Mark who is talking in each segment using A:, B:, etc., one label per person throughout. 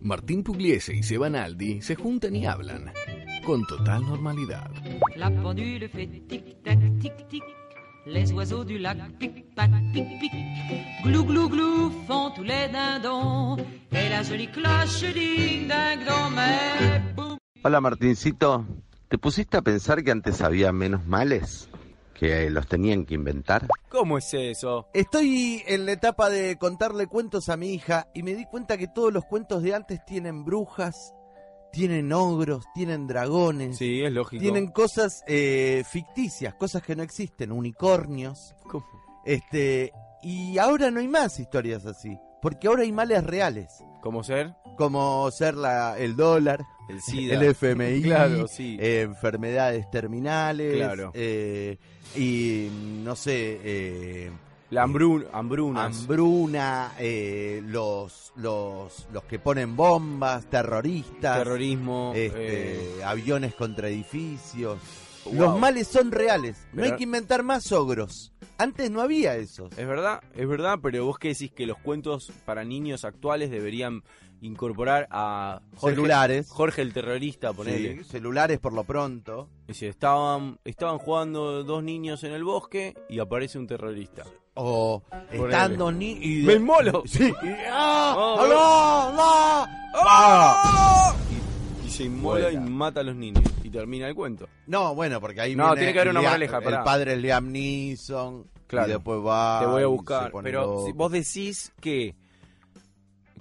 A: Martín Pugliese y Sebanaldi se juntan y hablan con total normalidad.
B: La pendule fait tic-tac, tic-tic. Les oiseaux du lac pic-pac, pic-pic. Glou-glou-glou font tous les dindons. Et la jolie cloche ding-ding-dong. Mais boum.
C: Hola Martincito, ¿te pusiste a pensar que antes había menos males? ¿Que los tenían que inventar?
D: ¿Cómo es eso?
E: Estoy en la etapa de contarle cuentos a mi hija y me di cuenta que todos los cuentos de antes tienen brujas, tienen ogros, tienen dragones,
D: Sí, es lógico.
E: tienen cosas eh, ficticias, cosas que no existen, unicornios.
D: ¿Cómo?
E: Este, y ahora no hay más historias así, porque ahora hay males reales,
D: ¿Cómo ser?
E: como ser la, el dólar,
D: El SIDA.
E: el FMI,
D: Claro, sí.
E: eh, enfermedades terminales,
D: Claro.
E: eh, y no sé... eh,
D: la hambruna. hambrunas.
E: hambruna, eh, los, los, los que ponen bombas, terroristas,
D: terrorismo. eh,
E: este, aviones contra edificios.
D: Wow.
E: Los males son reales, no hay
D: Pero-
E: que inventar más ogros. Antes no había esos.
D: Es verdad, es verdad, pero vos qué decís que los cuentos para niños actuales deberían incorporar a Jorge,
E: Celulares.
D: Jorge el terrorista, ponele.
E: Sí, celulares por lo pronto.
D: Dice, Estaban, estaban jugando dos niños en el bosque y aparece un terrorista.
E: O
D: Ponele.
E: estando ni... y-
D: ¡Me molo!
E: Sí. y- ¡Ah!
D: Oh,
E: ¡Aló! ¡Aló!
D: ¡Ah! Y, y se inmola
E: Vuela.
D: y mata a los niños. Y termina el cuento.
E: No, bueno, porque ahí
D: No,
E: viene
D: tiene que haber una
E: Lea-
D: moraleja,
E: El
D: pará.
E: padre es Liam Neeson.
D: Claro.
E: Y después va...
D: Te voy
E: y
D: a
E: se
D: buscar.
E: pone
D: Pero si
E: loco.
D: vos decís que,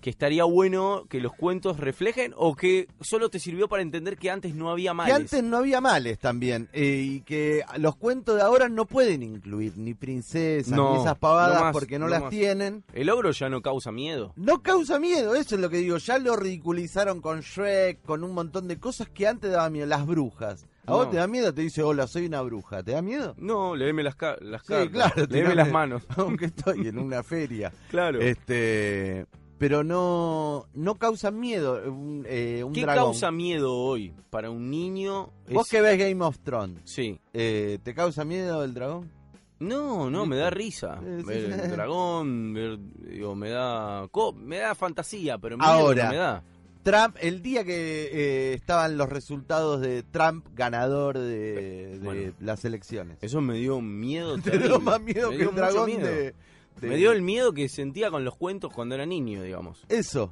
D: que estaría bueno que los cuentos reflejen o que solo te sirvió para entender que antes no había males.
E: Que antes no había males también. eh, y que los cuentos de ahora no pueden incluir ni princesas
D: No,
E: ni esas pavadas
D: no más,
E: porque no,
D: no
E: las
D: más.
E: tienen.
D: El ogro ya no causa miedo.
E: No causa miedo, eso es lo que digo. Ya lo ridiculizaron con Shrek, con un montón de cosas que antes daba miedo. Las brujas. ¿A vos
D: No.
E: te da miedo? Te dice, hola, soy una bruja. ¿Te da miedo?
D: No, leeme las, ca- las
E: Sí,
D: cartas.
E: claro,
D: Leeme
E: tirame-
D: las manos.
E: Aunque estoy en una feria.
D: Claro.
E: Este, pero no, no causan miedo eh, un, eh, un
D: ¿Qué
E: dragón.
D: causa miedo hoy para un niño?
E: Vos
D: Es-
E: que ves Game of Thrones,
D: Sí.
E: eh, ¿te causa miedo el dragón?
D: No, no, me da risa.
E: Eh, sí,
D: Ver
E: sí.
D: el dragón, ver- digo, me da co- me da fantasía, pero miedo
E: Ahora.
D: no me da.
E: Trump, el día que eh, estaban los resultados de Trump ganador de, de
D: Bueno.
E: las elecciones.
D: Eso me dio miedo.
E: Te
D: terrible.
E: dio más miedo
D: Me
E: que
D: dio
E: el
D: mucho
E: dragón
D: miedo.
E: de, de-
D: Me dio el miedo que sentía con los cuentos cuando era niño, digamos.
E: Eso.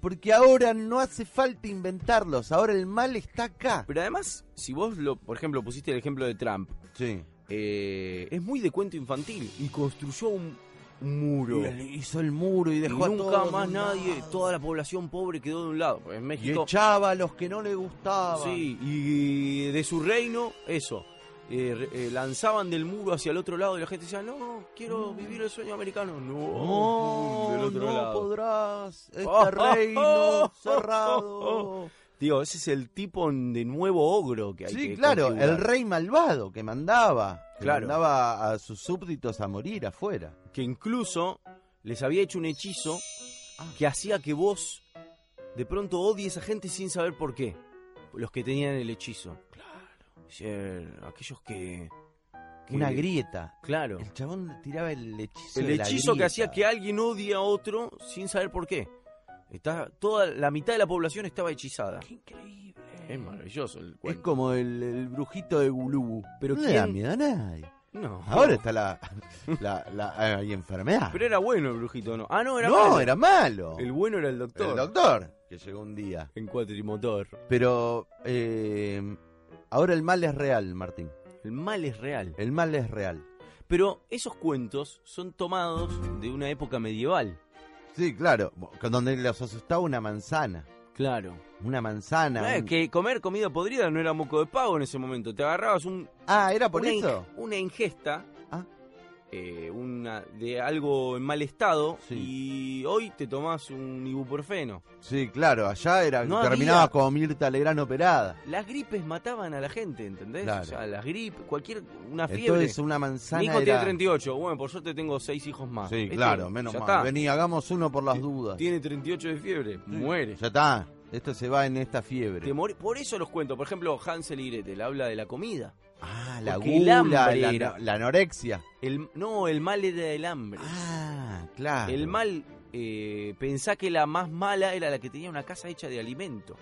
E: Porque ahora no hace falta inventarlos. Ahora el mal está acá.
D: Pero además, si vos, lo, por ejemplo, pusiste el ejemplo de Trump,
E: Sí.
D: eh, es muy de cuento infantil y construyó un, un muro.
E: hizo el muro y
D: Y
E: dejó a
D: nunca
E: todos de
D: más
E: un
D: nadie,
E: lado.
D: toda la población pobre quedó de un lado. En
E: Y
D: México.
E: echaba a los que no le gustaban.
D: Sí, y de su reino, eso. Eh, re- eh, lanzaban del muro hacia el otro lado y la gente decía, no, quiero vivir el sueño americano. No,
E: No,
D: del otro
E: no
D: lado.
E: podrás. Este
D: Oh, oh,
E: reino
D: oh,
E: cerrado.
D: oh, Digo, ese es el tipo de nuevo ogro que hay
E: Sí,
D: que
E: claro,
D: configurar.
E: el rey malvado que mandaba. Que
D: Claro.
E: mandaba a sus súbditos a morir afuera.
D: que incluso les había hecho un hechizo
E: Ah.
D: que hacía que vos de pronto odies a gente sin saber por qué. Los que tenían el hechizo. Claro. Aquellos que. que-
E: Una grieta.
D: Claro.
E: El chabón le tiraba el hechizo.
D: El
E: de la
D: hechizo que
E: grieta.
D: hacía que alguien odie a otro sin saber por qué. Está, toda la mitad de la población estaba hechizada.
E: increíble.
D: Es maravilloso el
E: Es
D: cuento.
E: como el, el brujito de Gulubu.
D: Pero
E: no le da
D: ¿quién?
E: miedo a nadie.
D: No.
E: Eh, Ahora está la, la, la- hay enfermedad.
D: Pero era bueno el brujito, ¿no? Ah, no, era
E: no,
D: malo.
E: era malo.
D: El bueno era el doctor.
E: El doctor que llegó un día.
D: En cuatrimotor.
E: Pero eh, ahora el mal es real, Martín.
D: El mal es real.
E: El mal es real.
D: Pero esos cuentos son tomados de una época medieval.
E: Sí, claro. Con donde los asustaba una manzana.
D: Claro.
E: Una manzana. un-
D: Eh, que comer comida podrida no era moco de pavo en ese momento. Te agarrabas un,
E: Ah, ¿era por
D: una, inge-
E: eso?
D: una ingesta
E: Ah.
D: eh, una, de algo en mal estado
E: Sí.
D: y hoy te tomás un ibuprofeno.
E: Sí, claro, allá era
D: No
E: terminaba
D: había-
E: con Mirta Legrand operada.
D: Las gripes mataban a la gente, ¿entendés?
E: Claro.
D: O sea, las gripes, cualquier, una fiebre.
E: Entonces una manzana
D: Nico tiene
E: era...
D: 38, bueno, por suerte tengo seis hijos más.
E: Sí,
D: ¿Viste?
E: claro, menos
D: Ya
E: mal.
D: está.
E: Vení, hagamos uno por las
D: Ti-
E: dudas.
D: Tiene 38 de fiebre, muere.
E: Ya está, esto se va en esta
D: Te
E: fiebre.
D: more- Por eso los cuento, por ejemplo, Hansel y Gretel habla de la comida.
E: Ah, la
D: Porque el
E: gula, la,
D: hambre era.
E: la anorexia.
D: El, no, el mal era el hambre.
E: Ah, claro.
D: El mal, eh, pensá que la más mala era la que tenía una casa hecha de alimento,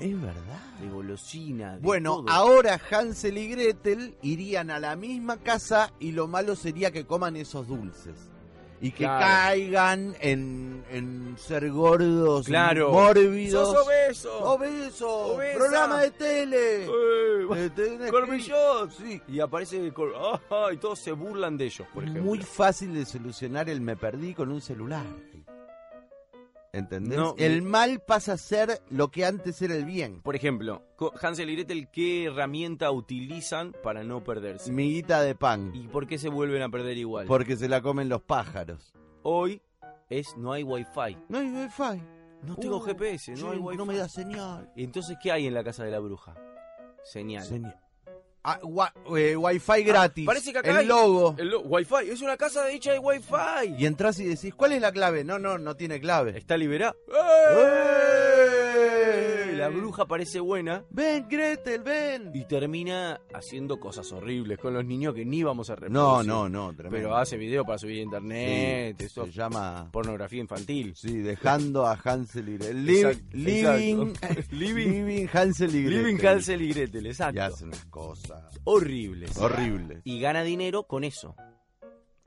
E: Es verdad.
D: de golosina. de
E: Bueno,
D: todo.
E: ahora Hansel y Gretel irían a la misma casa y lo malo sería que coman esos dulces. Y que
D: Claro.
E: caigan en, en ser gordos,
D: Claro.
E: mórbidos.
D: ¡Sos obeso!
E: Obeso,
D: Obesa.
E: programa de tele.
D: ¡Eh!
E: Eh, tenés que-
D: ¡Cormillón!
E: Sí.
D: Y aparece el cor- ¡Ah! y todos se burlan de ellos, por ejemplo.
E: Muy fácil de solucionar el me perdí con un celular. ¿Entendés?
D: No,
E: el
D: mi-
E: mal pasa a ser lo que antes era el bien.
D: Por ejemplo, co- Hansel y Gretel, ¿qué herramienta utilizan para no perderse?
E: Miguita de pan.
D: ¿Y por qué se vuelven a perder igual?
E: Porque se la comen los pájaros.
D: Hoy es no hay wifi.
E: No hay wifi. Uh,
D: No tengo GPS, no hay wifi.
E: No me da señal.
D: ¿Y entonces qué hay en la casa de la bruja? Señal.
E: Señal. Ah, gua- eh, wifi gratis.
D: parece que acá
E: el
D: hay-
E: logo.
D: El lo- wifi, es una casa hecha de wifi.
E: Y entras y decís, ¿cuál es la clave? No, no, no tiene clave.
D: Está liberada.
E: ¡Eh!
D: La bruja parece buena
E: Ven, Gretel, ven.
D: y termina haciendo cosas horribles con los niños que ni vamos a reproducir.
E: No, no, no, tremendo.
D: Pero hace video para subir a
E: Sí,
D: internet, eso,
E: se llama.
D: pornografía infantil.
E: Sí, dejando a Hansel y Gretel.
D: Exacto,
E: living, eh,
D: exacto.
E: living,
D: Living-
E: Hansel y Gretel.
D: Living Hansel y Gretel, exacto.
E: Y hace unas cosas
D: Horribles.
E: horribles.
D: Y gana dinero con eso.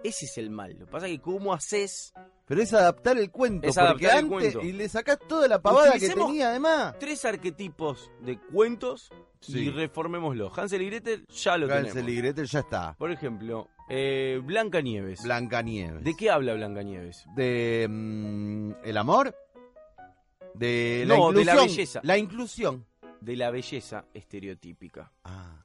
D: Ese es el mal. Lo que pasa es que cómo haces
E: Pero es adaptar el cuento.
D: Es
E: porque
D: adaptar el
E: antes,
D: cuento.
E: Y le sacás toda la pavada
D: Utilicemos-
E: que tenía, además.
D: tres arquetipos de cuentos
E: Sí.
D: y reformémoslo. Hansel y Gretel ya lo
E: Hansel
D: tenemos.
E: y Gretel ya está.
D: Por ejemplo, eh, Blanca Nieves.
E: Blancanieves.
D: ¿De qué habla Blanca Nieves?
E: De, mm, ¿El amor? De la
D: No,
E: inclusión.
D: de la belleza.
E: La inclusión. Ah.
D: De la belleza estereotípica,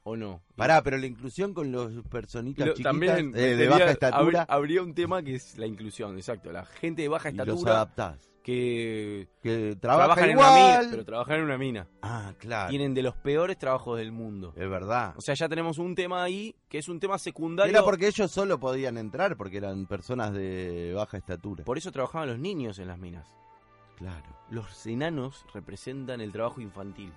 D: ¿o no?
E: Pará, pero la inclusión con los personitas
D: Lo-
E: chiquitas
D: también
E: eh, de
D: sería-
E: baja
D: habr-
E: estatura
D: habría un tema que es la inclusión, exacto. La gente de baja
E: y los
D: estatura
E: adaptás.
D: que
E: Que trabaja
D: trabajan en una
E: igual.
D: mina, pero trabajan en una mina.
E: Ah, claro.
D: Tienen de los peores trabajos del mundo.
E: Es verdad.
D: O sea, ya tenemos un tema ahí que es un tema secundario.
E: Era porque ellos solo podían entrar porque eran personas de baja estatura.
D: Por eso trabajaban los niños en las minas.
E: Claro.
D: Los enanos representan el trabajo infantil.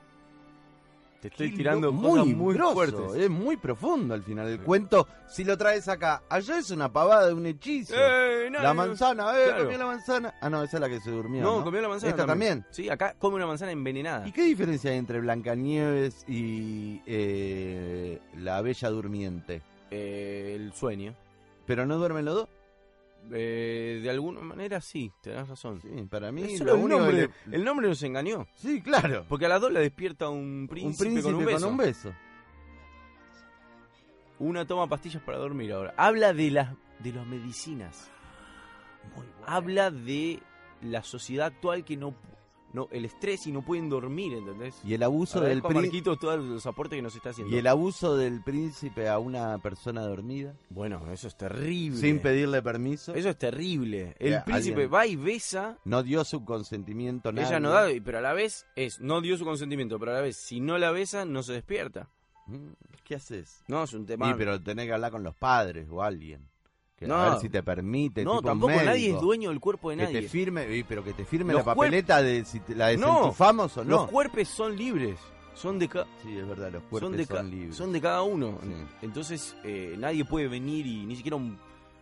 D: Te estoy
E: Qué
D: tirando
E: lo-
D: cosas muy
E: grosso,
D: fuertes.
E: Es muy profundo al final el cuento. Si lo traes acá, allá es una pavada de un hechizo.
D: Eh, no,
E: la
D: no,
E: manzana, eh,
D: claro.
E: comió la manzana. Ah, no, esa es la que se durmió.
D: No,
E: No,
D: comió la manzana.
E: Esta también.
D: Sí, acá come una manzana envenenada.
E: ¿Y qué diferencia hay entre Blancanieves y eh, la Bella Durmiente?
D: Eh, el sueño.
E: ¿Pero no duermen los dos?
D: Eh, de alguna manera sí, tenés razón.
E: Sí, para mí.
D: Es
E: lo
D: solo el,
E: único que
D: nombre,
E: le-
D: el nombre nos engañó.
E: Sí, claro.
D: Porque a las dos la despierta un príncipe,
E: un príncipe
D: con un beso.
E: beso.
D: Una toma pastillas para dormir ahora. Habla de las de las medicinas. Habla de la sociedad actual que no no el estrés y no pueden dormir, ¿entendés?
E: Y el abuso del
D: Agradezco a
E: príncipe.
D: Marquito todos los aportes que nos está haciendo.
E: Y el abuso del príncipe a una persona dormida
D: Bueno, eso es terrible.
E: sin pedirle permiso.
D: Eso es terrible. El
E: Ya,
D: príncipe
E: alguien-
D: va y besa.
E: No dio su consentimiento nada.
D: Ella no da, pero a la vez es, no dio su consentimiento, pero a la vez, si no la besa, no se despierta.
E: Mm, ¿Qué haces?
D: No, es un tema.
E: Sí, pero tenés que hablar con los padres o alguien. Que a
D: No.
E: ver si te permite.
D: no,
E: tipo un
D: tampoco nadie
E: médico.
D: es dueño del cuerpo de
E: Que te
D: nadie.
E: firme, y, pero que te firme
D: Los
E: la papeleta de si te- la desenchufamos o no.
D: Los cuerpos son libres, son de, ca-
E: sí, es verdad, los cuerpos
D: son,
E: son,
D: de ca-
E: libres.
D: son de cada uno.
E: Sí.
D: Entonces, eh, nadie puede venir y ni siquiera un-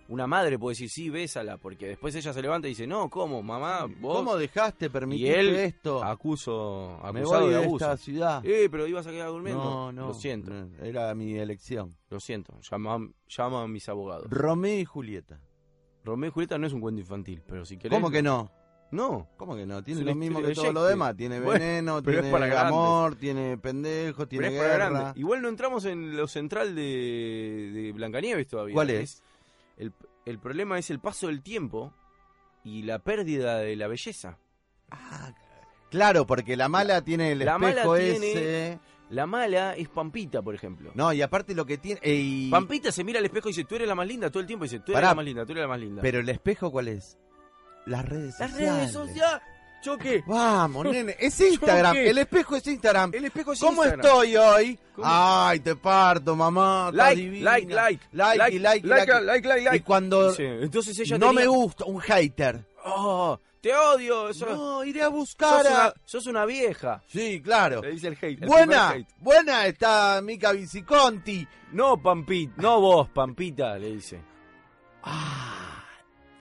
D: una madre puede decir, sí, bésala, porque después ella se levanta y dice, no, ¿cómo, mamá? Ah, Vos
E: ¿Cómo dejaste
D: y
E: permitir
D: él
E: esto?
D: acuso,
E: Me
D: acusado
E: voy
D: de
E: de
D: abuso.
E: esta ciudad.
D: Eh, pero ibas a quedar durmiendo.
E: no, no.
D: Lo siento,
E: no, Era mi elección.
D: lo siento. Llama, llama a mis abogados.
E: Romeo y Julieta.
D: Romeo y Julieta no es un cuento infantil, pero si querés.
E: ¿Cómo que no?
D: No.
E: ¿Cómo que no? Tiene
D: Es
E: lo
D: una
E: mismo
D: historia de
E: que todo lo
D: Shakespeare.
E: demás. Tiene
D: Bueno,
E: veneno,
D: pero es
E: tiene
D: para grandes.
E: amor, tiene pendejo,
D: Pero
E: tiene
D: es para
E: guerra.
D: grande. Igual no entramos en lo central de, de Blancanieves todavía.
E: ¿Cuál
D: que
E: es?
D: el, el problema es el paso del tiempo y la pérdida de la belleza.
E: Claro, porque la mala tiene el
D: La mala
E: espejo
D: tiene-
E: ese.
D: La mala es Pampita, por ejemplo.
E: No, y aparte lo que tiene. eh, y-
D: Pampita se mira al espejo y dice, tú eres la más linda todo el tiempo. Dice, tú eres
E: Pará.
D: la más linda, tú eres la más linda.
E: Pero el espejo, ¿cuál es? Las redes
D: Las
E: sociales.
D: redes sociales. Choque.
E: Vamos, nene. Es Instagram.
D: Yo qué.
E: el espejo es Instagram.
D: El espejo es
E: ¿Cómo
D: Instagram.
E: estoy hoy?
D: ¿Cómo?
E: Ay, te parto, mamá. estás
D: Like,
E: divina.
D: like, like,
E: Like, y like, y
D: like,
E: like.
D: like, like,
E: Y cuando
D: Sí, Entonces ella
E: no
D: tenía-
E: me gusta, un hater.
D: Oh, te odio. Sos,
E: No, iré a
D: sos
E: buscar a...
D: una, sos una vieja.
E: Sí, claro.
D: Le dice el hate. el
E: Buena,
D: primer hate.
E: buena está Mica Viciconti.
D: No, Pampita. No vos, Pampita, le dice.
E: Ah,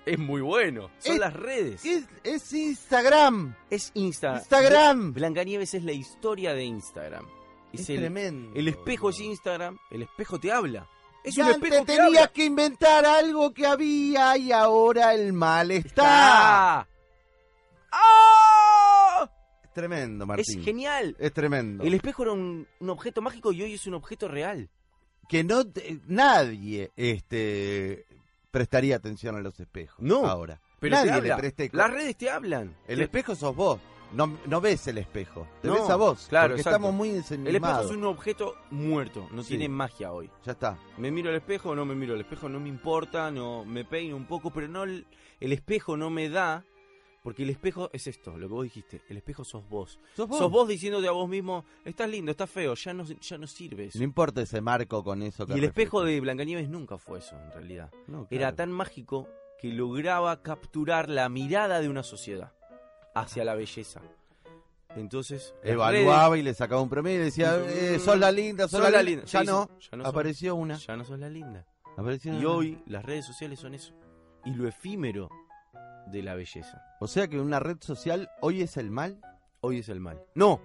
D: Es muy bueno. Son
E: Es-
D: las redes.
E: es, es Instagram.
D: Es Instagram.
E: Instagram.
D: Blancanieves es la historia de Instagram. Es,
E: Es
D: el,
E: tremendo.
D: el espejo es
E: boludo.
D: Instagram. El espejo te habla. Es
E: Y
D: un
E: antes
D: espejo que
E: tenías
D: habla.
E: que inventar algo que había y ahora el mal está.
D: Está. ¡Ah!
E: Tremendo,
D: Es
E: Martín. Es,
D: genial.
E: tremendo.
D: El espejo era un, un objeto mágico y hoy es un objeto real.
E: Que no te- nadie este prestaría atención a los espejos.
D: No,
E: Ahora.
D: Pero
E: nadie
D: te
E: le
D: habla.
E: preste co-
D: Las redes te hablan.
E: El
D: Te-
E: espejo sos vos. No, no ves el espejo. Te
D: No,
E: ves a vos.
D: claro,
E: porque
D: exacto.
E: estamos muy
D: el espejo
E: ensimismados.
D: es un objeto muerto. No
E: Sí.
D: tiene magia hoy.
E: Ya está.
D: Me miro al espejo, no me miro al espejo, no me importa, no me peino un poco, pero no el el espejo no me da, porque el espejo es esto, lo que vos dijiste, el espejo sos vos.
E: Sos
D: Sos vos diciéndote a vos mismo, estás lindo, estás feo, ya no, ya no sirves.
E: No importa ese marco con eso que
D: Y el espejo
E: refleja.
D: de Blancanieves nunca fue eso, en realidad.
E: No,
D: Era
E: claro.
D: tan mágico que lograba capturar la mirada de una sociedad hacia la belleza. Entonces, las redes-
E: Evaluaba y le sacaba un promedio y decía, eh, sos la linda, sos,
D: Sos
E: la
D: la
E: linda.
D: linda.
E: Ya
D: Sí,
E: no,
D: sí, ya no sos-
E: apareció una.
D: ya no sos la linda.
E: Apareció
D: Y
E: una.
D: hoy las redes sociales son eso. Y lo efímero de la belleza.
E: O sea que una red social hoy es el mal,
D: Hoy es el mal. No,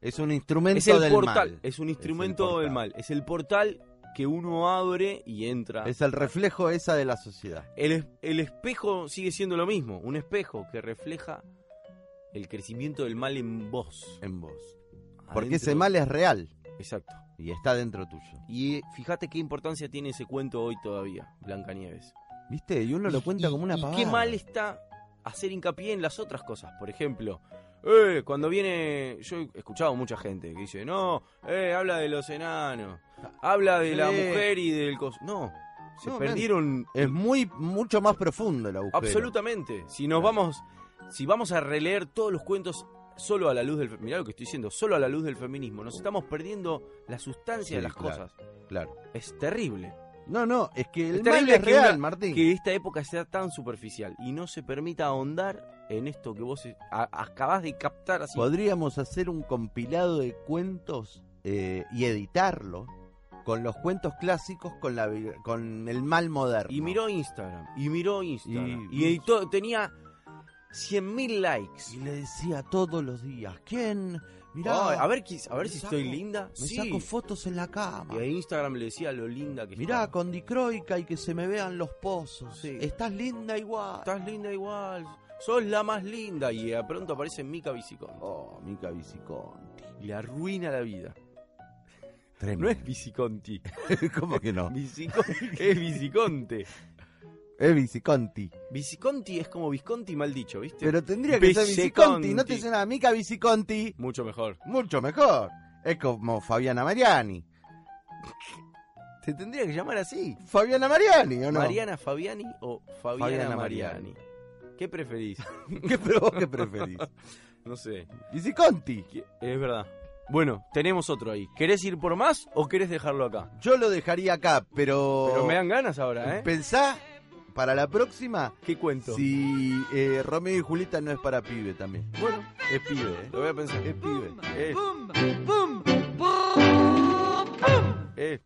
E: es un instrumento
D: es el
E: del
D: portal.
E: mal.
D: Es un instrumento
E: portal.
D: del mal. Es el portal que uno abre y entra.
E: Es el reflejo esa de la sociedad.
D: El, es- el espejo sigue siendo lo mismo. Un espejo que refleja el crecimiento del mal en vos.
E: En vos. Porque
D: Adentro.
E: ese mal es real
D: Exacto.
E: y está dentro tuyo.
D: Y eh, fíjate qué importancia tiene ese cuento hoy todavía, Blancanieves.
E: ¿Viste? Y uno lo cuenta
D: Y-
E: como una
D: y
E: pavada.
D: qué mal está hacer hincapié en las otras cosas. Por ejemplo, eh, cuando viene. Yo he escuchado mucha gente que dice, no, eh, habla de los enanos, habla de la
E: Ah, Sí.
D: mujer y del cos. No, se
E: No,
D: perdieron
E: Es muy, mucho más profundo el agujero.
D: absolutamente. Si nos vamos. Si vamos a releer todos los cuentos solo a la luz del. Mirá lo que estoy diciendo, solo a la luz del feminismo. Nos estamos perdiendo la sustancia
E: Sí,
D: de las
E: claro.
D: cosas.
E: Claro.
D: Es terrible.
E: No, no, es que el
D: Es
E: mal
D: terrible
E: es
D: que
E: real,
D: una-
E: Martín.
D: que esta época sea tan superficial y no se permita ahondar en esto que vos a- acabás de captar así.
E: Podríamos hacer un compilado de cuentos eh, y editarlo con los cuentos clásicos con, la, vi- con el mal moderno.
D: Y miró Instagram, y miró Instagram,
E: Y-
D: y, editó- tenía 100.000 likes.
E: Y le decía todos los días, ¿quién? Mirá,
D: Ay, a ver, quis- a ver
E: me
D: si
E: saco-
D: estoy linda.
E: me
D: Sí.
E: saco fotos en la cama.
D: Y a Instagram le decía lo linda que
E: Mirá,
D: estaba.
E: con dicroica y que se me vean los pozos.
D: Sí.
E: Estás linda igual.
D: Estás linda igual, sos la más linda. Y de pronto aparece Mika Bicicón.
E: Oh, Mica Viciconti.
D: Y le arruina la vida. No
E: Tremendo.
D: es Biciconti.
E: ¿Cómo que no?
D: Bicicon- es Biciconte.
E: Es Viciconti.
D: Biciconti es como Visconti mal dicho, ¿viste?
E: Pero tendría que ser Viciconti.
D: Viciconti.
E: ¿No te suena a Mica Viciconti?
D: Mucho mejor.
E: Mucho mejor. Es como Fabiana Mariani.
D: Te tendría que llamar así.
E: Fabiana Mariani, ¿o no?
D: ¿Mariana Fabiani o Fabiana,
E: Fabiana
D: Mariani? ¿Qué preferís?
E: ¿Qué, pero vos qué preferís?
D: No sé.
E: Viciconti.
D: ¿Qué- Es verdad. Bueno, tenemos otro ahí. ¿Querés ir por más o querés dejarlo acá?
E: Yo lo dejaría acá, pero...
D: Pero me dan ganas ahora, ¿eh?
E: Pensá para la próxima
D: ¿Qué cuento?
E: si eh, Romeo y Julieta no es para pibe también.
D: Bueno,
E: Es pibe, ¿eh?
D: lo voy a pensar.
E: Es pibe.
D: Eh,
B: Boum, boum, boum, boum.
D: eh.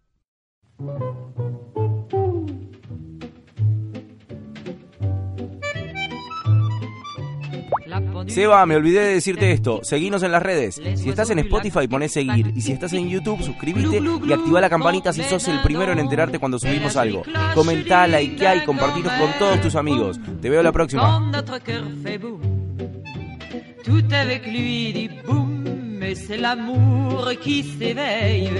B: La pendule-
D: Seba, me olvidé de decirte esto. Seguinos en las redes. Si estás en Spotify, poné seguir. Y si estás en YouTube, suscríbete y activa la campanita si sos el primero en enterarte cuando subimos algo. Comentá, likeá y compartinos con todos tus amigos. Te veo la próxima.
B: Quand notre cœur fait boum, tout avec lui dit boum, mais c'est l'amour qui s'éveille.